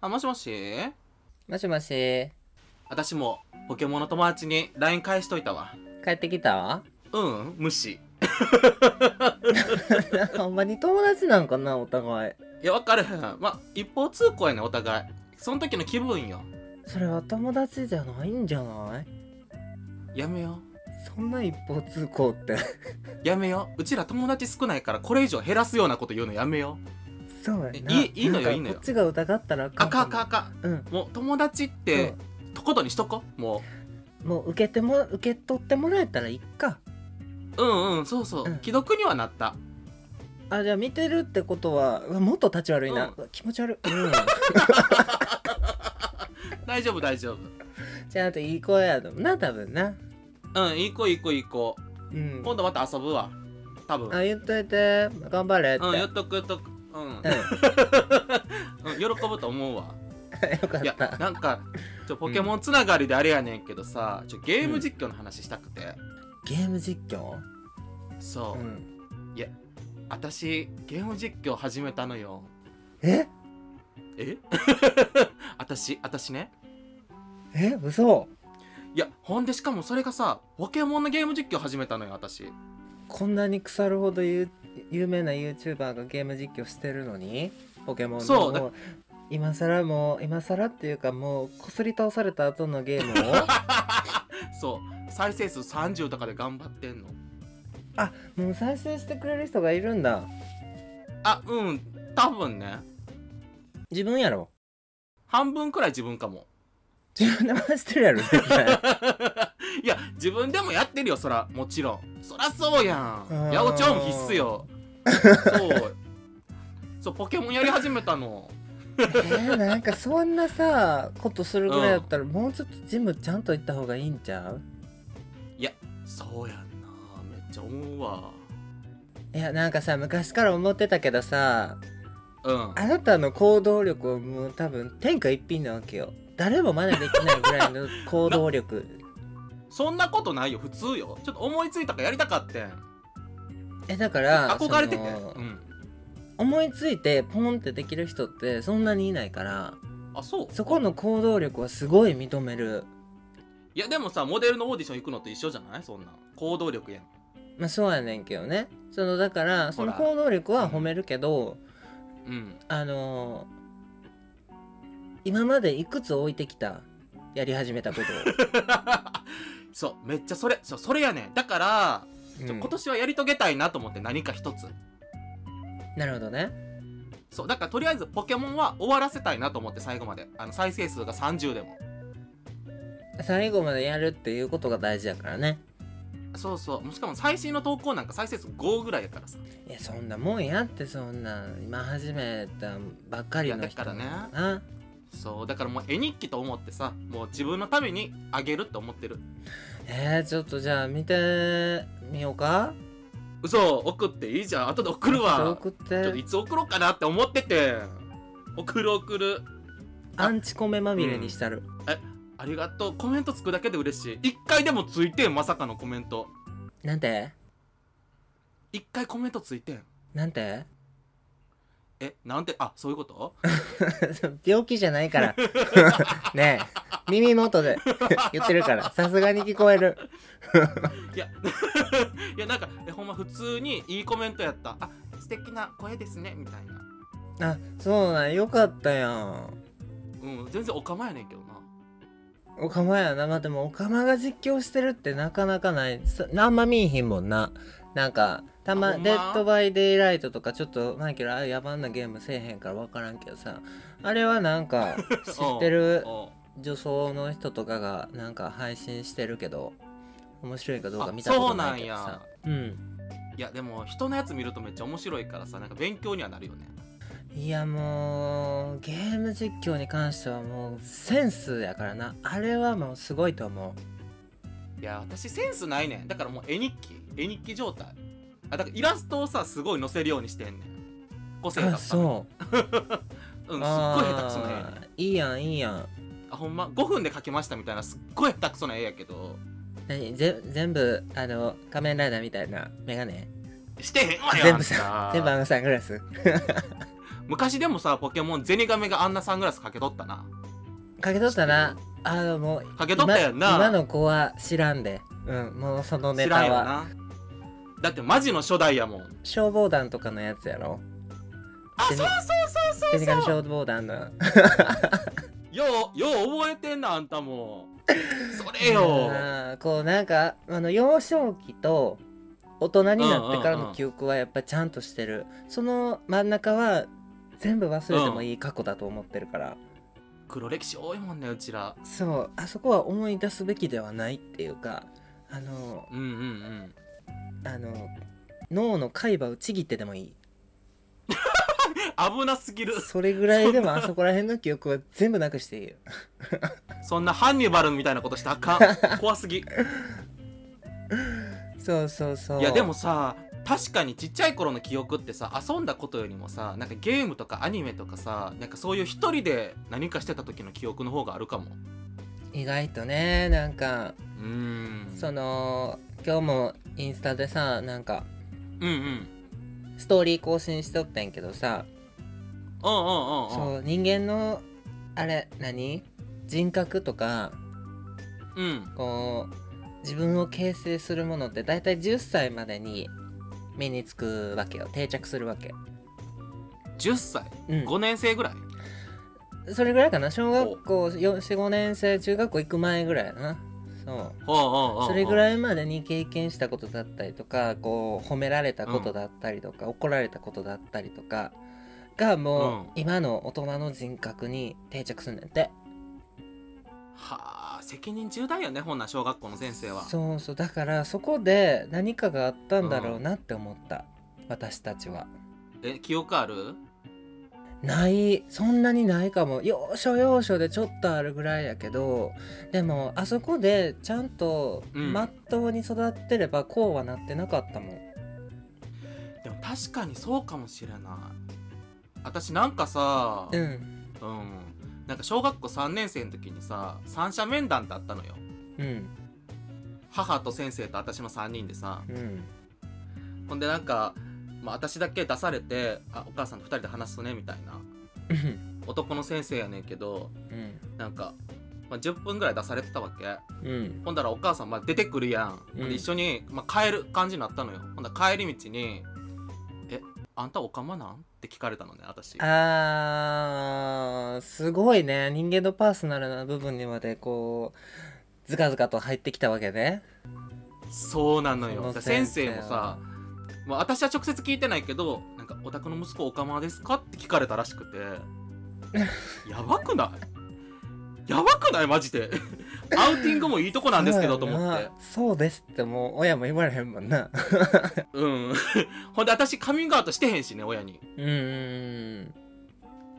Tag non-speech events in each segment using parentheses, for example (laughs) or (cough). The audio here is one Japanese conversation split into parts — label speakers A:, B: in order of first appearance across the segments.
A: あ、もしもし
B: もしもし帰
A: 私もポケモンの友達に LINE 返しといたわ。
B: ってきた (laughs)
A: うん、無視。
B: ほんまに友達なんかなお互い
A: いや、わかる。ま、一方通行やね、お互い。その時の気分よ。
B: それは友達じゃないんじゃない
A: やめよ
B: そんな一方通行って
A: う。やめよう。うちら友達少ないから、これ以上減らすようなこと言うのやめよう。
B: (laughs) そうやない
A: いいいのよ
B: なんか
A: いいのよ
B: こっちが疑ったらあか
A: あ
B: ん
A: かんあ
B: も
A: かんあか
B: うん
A: ん。もう友達って、とことにしとこ。も
B: うんもう受けても受け取ってもらえたらいっか
A: う。うんうん、そうそう。
B: うん
A: 既読にはなった。
B: あじゃあ見てるってことはうわもっと立ち悪いな、
A: うん
B: うわ気持ち悪い、 (laughs) うん、
A: 大丈夫、大丈
B: じゃああといい声やと思うな多分な
A: 夫。うん、いい子、いい子、いい子。
B: うん
A: 今度また遊ぶわ。多分。
B: あ言っといて頑張れって、
A: うん、言っとく、言っとく。うん。
B: (laughs) う
A: うん、喜ぶと思うわ。
B: んよか
A: いや
B: っ、た
A: なんか、ちょ、ポケモンつながりであれやねんけどさ、ちょ、ゲーム実況の話したくて。
B: ゲーム実況
A: そうう。
B: ん
A: 私、ゲーム実況始めたのよ。
B: え
A: え (laughs) 私、私ね。
B: え嘘
A: いや、ほんでしかもそれがさ、ポケモンのゲーム実況始めたのよ、私。
B: こんなに腐るほど有有名な YouTuber がゲーム実況してるのにポケモンの
A: そうだ
B: もう今更もう今更っていうかもうこすり倒された後のゲームを
A: (laughs) そう。再生数30とかで頑張ってんの。
B: もう再生してくれる人がいるんだ
A: あ、うん、多分ね。
B: 自分やろ
A: 半分くらい自分かも。
B: 自分で回してるやろ
A: (laughs)
B: 絶対
A: いや自分でもやってるよそらもちろんそらそうやん
B: うん
A: 八百長も必須
B: (laughs)
A: よそうそうポケモンやり始めたの
B: えー、なんかそんなさことするぐらいやったら、もうちょっとジムちゃんと行った方がいいんちゃう
A: そうやんなめっちゃ思うわ
B: いやなんかさ昔から思ってたけどさ
A: うん
B: あなたの行動力はもう多分天下一品なわけよ誰も真似できないぐらいの行動力 (laughs)
A: そんなことないよ普通よちょっと思いついたからやりたかってん
B: えだから
A: 憧れてて
B: その
A: うん
B: 思いついてポンってできる人ってそんなにいないから
A: あそう
B: そこの行動力はすごい認める
A: いやでもさモデルのオーディション行くのと一緒じゃないそんなん行動力やん
B: まあそうやねんけどねそのだからその
A: ほら
B: 行動力は褒めるけど
A: うん
B: あのー今までいくつ置いてきたやり始めたこと
A: そうめっちゃそれそうそれやねんだから、 (laughs) ちょ
B: うん
A: 今年はやり遂げたいなと思って何か一つ
B: なるほどね
A: そうだからとりあえずポケモンは終わらせたいなと思って最後まであの再生数が30でも
B: 最後までやるっていうことが大事だからね
A: そうそうもうしかも最新の投稿なんか再生数5ぐらいやからさ
B: いやそんなもんやってそんなん今始めたばっかりの人
A: いやだ
B: からな
A: そうだからもう絵日記と思ってさもう自分のためにあげるって思ってる
B: えー、ちょっとじゃあ見てみようか
A: 嘘送っていいじゃん後で送る
B: ちょ
A: わ
B: っと送っ
A: ちょっと
B: て
A: いつ送ろうかなって思ってて送る送る
B: アンチコメまみれにしたる、
A: ありがとうコメントつくだけで嬉しい1回でもついてんまさかのコメント
B: なんて
A: 1回コメントついてん
B: なんて (laughs)
A: えなんてあそういうこと
B: 病気じゃないから
A: (laughs)
B: ねえ耳元で言ってるからさすがに聞こえる
A: いや (laughs) いやなんかえほんま普通にいいコメントやったあ素敵な声ですねみたいな
B: あそうなんよかったやん
A: うん全然おかまやねんけどな
B: オカマやなまあでもオカマが実況してるってなかなかないさあんま見えひんもんななんかたま
A: ほんま
B: デッド・バイ・デイ・ライトとかちょっとマイケルああいう野蛮なゲームせえへんから分からんけどさあれはなんか知ってる
A: おう
B: 女装の人とかがなんか配信してるけど面白いかどう
A: あ
B: か見たこ
A: そう
B: と
A: な
B: なんいけど
A: や
B: さうん
A: いやでも人のやつ見るとめっちゃ面白いからさなんか勉強にはなるよね
B: いやもうゲーム実況に関してはもうセンスやからなあれはもうすごいと思
A: いや私センスないねんだからもう絵日記絵日記状態あだからイラストをさすごい載せるようにしてんねん個
B: う
A: 性
B: あ
A: が
B: そ
A: ううんすっごい下
B: う
A: 手くそな絵や
B: あ
A: ねん
B: ーいいやんいいやん
A: あほんま5分で描きましたみたいなすっごい下手くそな絵やけど
B: 何ぜ全部あの仮面ライダーみたいなメガネ
A: してへんわよ
B: 全部
A: あんた
B: さ全部あのサングラス
A: 昔でもさポケモンゼニガメがあんなサングラスかけとったな
B: かけとったなあのもう
A: かけとったよな
B: 今今の子は知らんでうんもうそのネ
A: 知らん
B: タ
A: よ
B: は
A: なだってマジの初代やもん
B: 消防団とかのやつやろ
A: あそ
B: ゼ
A: うそ
B: ニ
A: うそう
B: ベニ
A: そ
B: ガ
A: う
B: ミ
A: そう
B: 消防団の
A: ようよう覚えてんなあんたもそれよ
B: あーこうなんかあの幼少期と大人になってから
A: うんうんう
B: の
A: ん
B: 記憶はやっぱちゃんとしてるその真ん中は全部忘れてもいい過去だと思ってるから、
A: 黒歴史多いもんねうちら
B: そうあそこは思い出すべきではないっていうかあの
A: うんうんうん
B: あの脳の海馬をちぎってでもいい
A: 危なすぎる
B: それぐらいでもあそこら辺の記憶は全部なくしていいよ
A: そんなハンニバルみたいなことしたらあ
B: (laughs)
A: かん怖すぎ
B: そうそうそうい
A: いやでもさ確かにちっちゃい頃の記憶ってさ遊んだことよりもさなんかゲームとかアニメとかさなんかそういう一人で何かしてた時の記憶の方があるかも
B: 意外とねなんか
A: うーん
B: その今日もインスタでさなんか
A: うんうんうんうん
B: ストーリー更新しとったんやけどさ
A: うんうん
B: そう人間のあれ何人格とか
A: うん
B: こう自分を形成するものって大体10歳までに身につくわけよ定着するわけ、
A: 10歳
B: うん、
A: 5年生ぐらい
B: それぐらいかな小学校45年生中学校行く前ぐらいやなそう
A: ほうほうほう
B: それぐ
A: い
B: らいまでに経験したことだったりとかこう褒められたことだったりとか、怒られたことだったりとかがもう、
A: うん
B: 今の大人の人格に定着するんだって
A: はあ責任重大よねほんな小学校の先生は
B: そうそうだからそこで何かがあったんだろうなって思った、私たちは
A: え記憶ある
B: ないそんなにないかも要所要所でちょっとあるぐらいやけどでもあそこでちゃんと
A: うん
B: まっとうに育ってればこうはなってなかったもん、
A: でも確かにそうかもしれない私なんかさ
B: うん
A: うん、なんか小学校3年生の時にさ三者面談ってあったのよ
B: うん
A: 母と先生と私の3人でさ
B: うん
A: ほんでなんか、まあ、私だけ出されて「あお母さんと2人で話すね」みたいな
B: うん
A: 男の先生やねんけど
B: うん
A: なんか、まあ、10分ぐらい出されてたわけ
B: うん
A: ほんだらお母さん、まあ、出てくるやん、ほん
B: うん
A: で一緒に、まあ、帰る感じになったのよほんだら帰り道に「えあんたおかまなん?」って聞かれたのね私
B: あーすごいね人間のパーソナルな部分にまでこうずかずかと入ってきたわけね
A: そうなのよ
B: その
A: だから先生もさまあ、私は直接聞いてないけどなんか「お宅の息子おかまですか?」って聞かれたらしくて (laughs) やばくないやばくないマジ (laughs) でアウティングもいいとこなんですけどと思って
B: そうですってもう親も言われへんもんな
A: うん (laughs) ほんで私カミングアウトしてへんしね親に
B: うんうん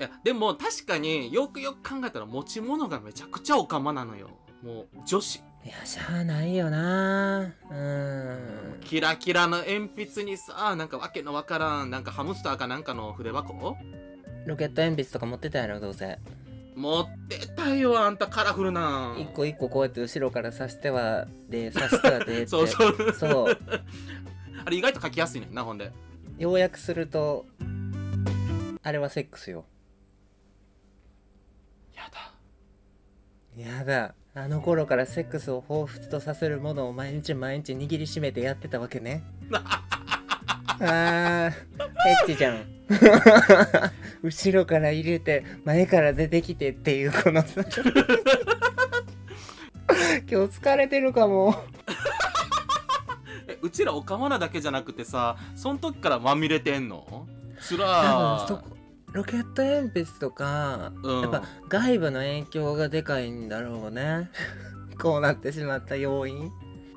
A: いやでも確かによくよく考えたら持ち物がめちゃくちゃおかまなのよもう女子
B: いやしゃあないよなうん
A: キラキラの鉛筆にさなんかわけのわからんなんかハムスターかなんかの筆箱
B: ロケット鉛筆とか持ってたやろどうせ
A: 持ってたよあんたカラフルな
B: 一個一個こうやって後ろから刺してはで刺してはでって
A: (laughs) そうそう
B: そう
A: あれ意外と書きやすいねんなほんで
B: 要約するとあれはセックスよ
A: やだ
B: やだあの頃からセックスを彷彿とさせるものを毎日毎日握りしめてやってたわ
A: (laughs)
B: けねあーエッチ
A: (laughs)
B: じゃん後ろから入れて前から出てきてっていうこ
A: (laughs)
B: のさ今日疲れてるかも
A: えうちらおかまなだけじゃなくてさそん時からまみれてんのつらー
B: 多分そこロケット鉛筆とか
A: うん
B: やっぱ外部の影響がでかいんだろうねこうなってしまった要因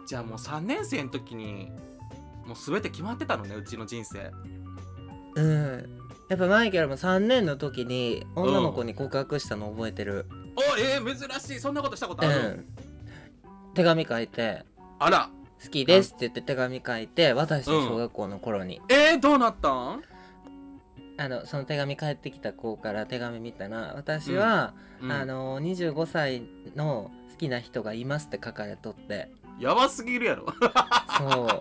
A: じゃあもう3年生の時にもう全て決まってたのねうちの人生
B: うんやっぱマイケルも3年の時に女の子に告白したの覚えてる
A: おえー、珍しいそんなことしたこと
B: う
A: あ
B: ん、
A: る、
B: 手紙書いて
A: あら
B: 「好きです」って言って手紙書いて渡した小学校の頃に、
A: えー、どうなったん
B: あのその手紙返ってきた子から手紙見たら私は、
A: うん
B: あの25歳の好きな人がいますって書かれとって
A: やばすぎるやろ (laughs)
B: そう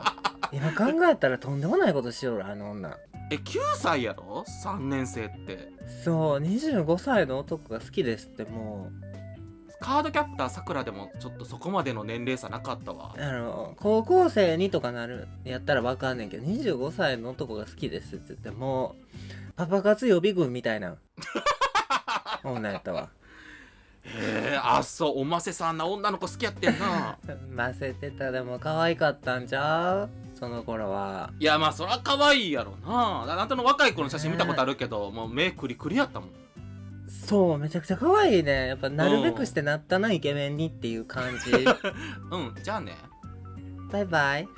B: 今考えたらとんでもないことしよるあの女
A: え9歳やろ3年生って
B: そう25歳の男が好きですっても
A: カードキャプターさくらでもちょっとそこまでの年齢差なかったわ
B: うあの高校生にとかなるやったらわかんねんけど25歳の男が好きですって言ってもうパパ活予備軍みたいな女やったわ
A: へえあそうおませさんな女の子好きやってん
B: (laughs)
A: な
B: ませてたでも可愛かったんちゃうその頃はい
A: やまあそら可愛いやろなあなたの若い子の写真見たことあるけど、もう目クリクリやったもん
B: そうめちゃくちゃ可愛いねやっぱなるべくしてなったなイケメンにっていう感じ
A: うんじゃあね
B: バイバイ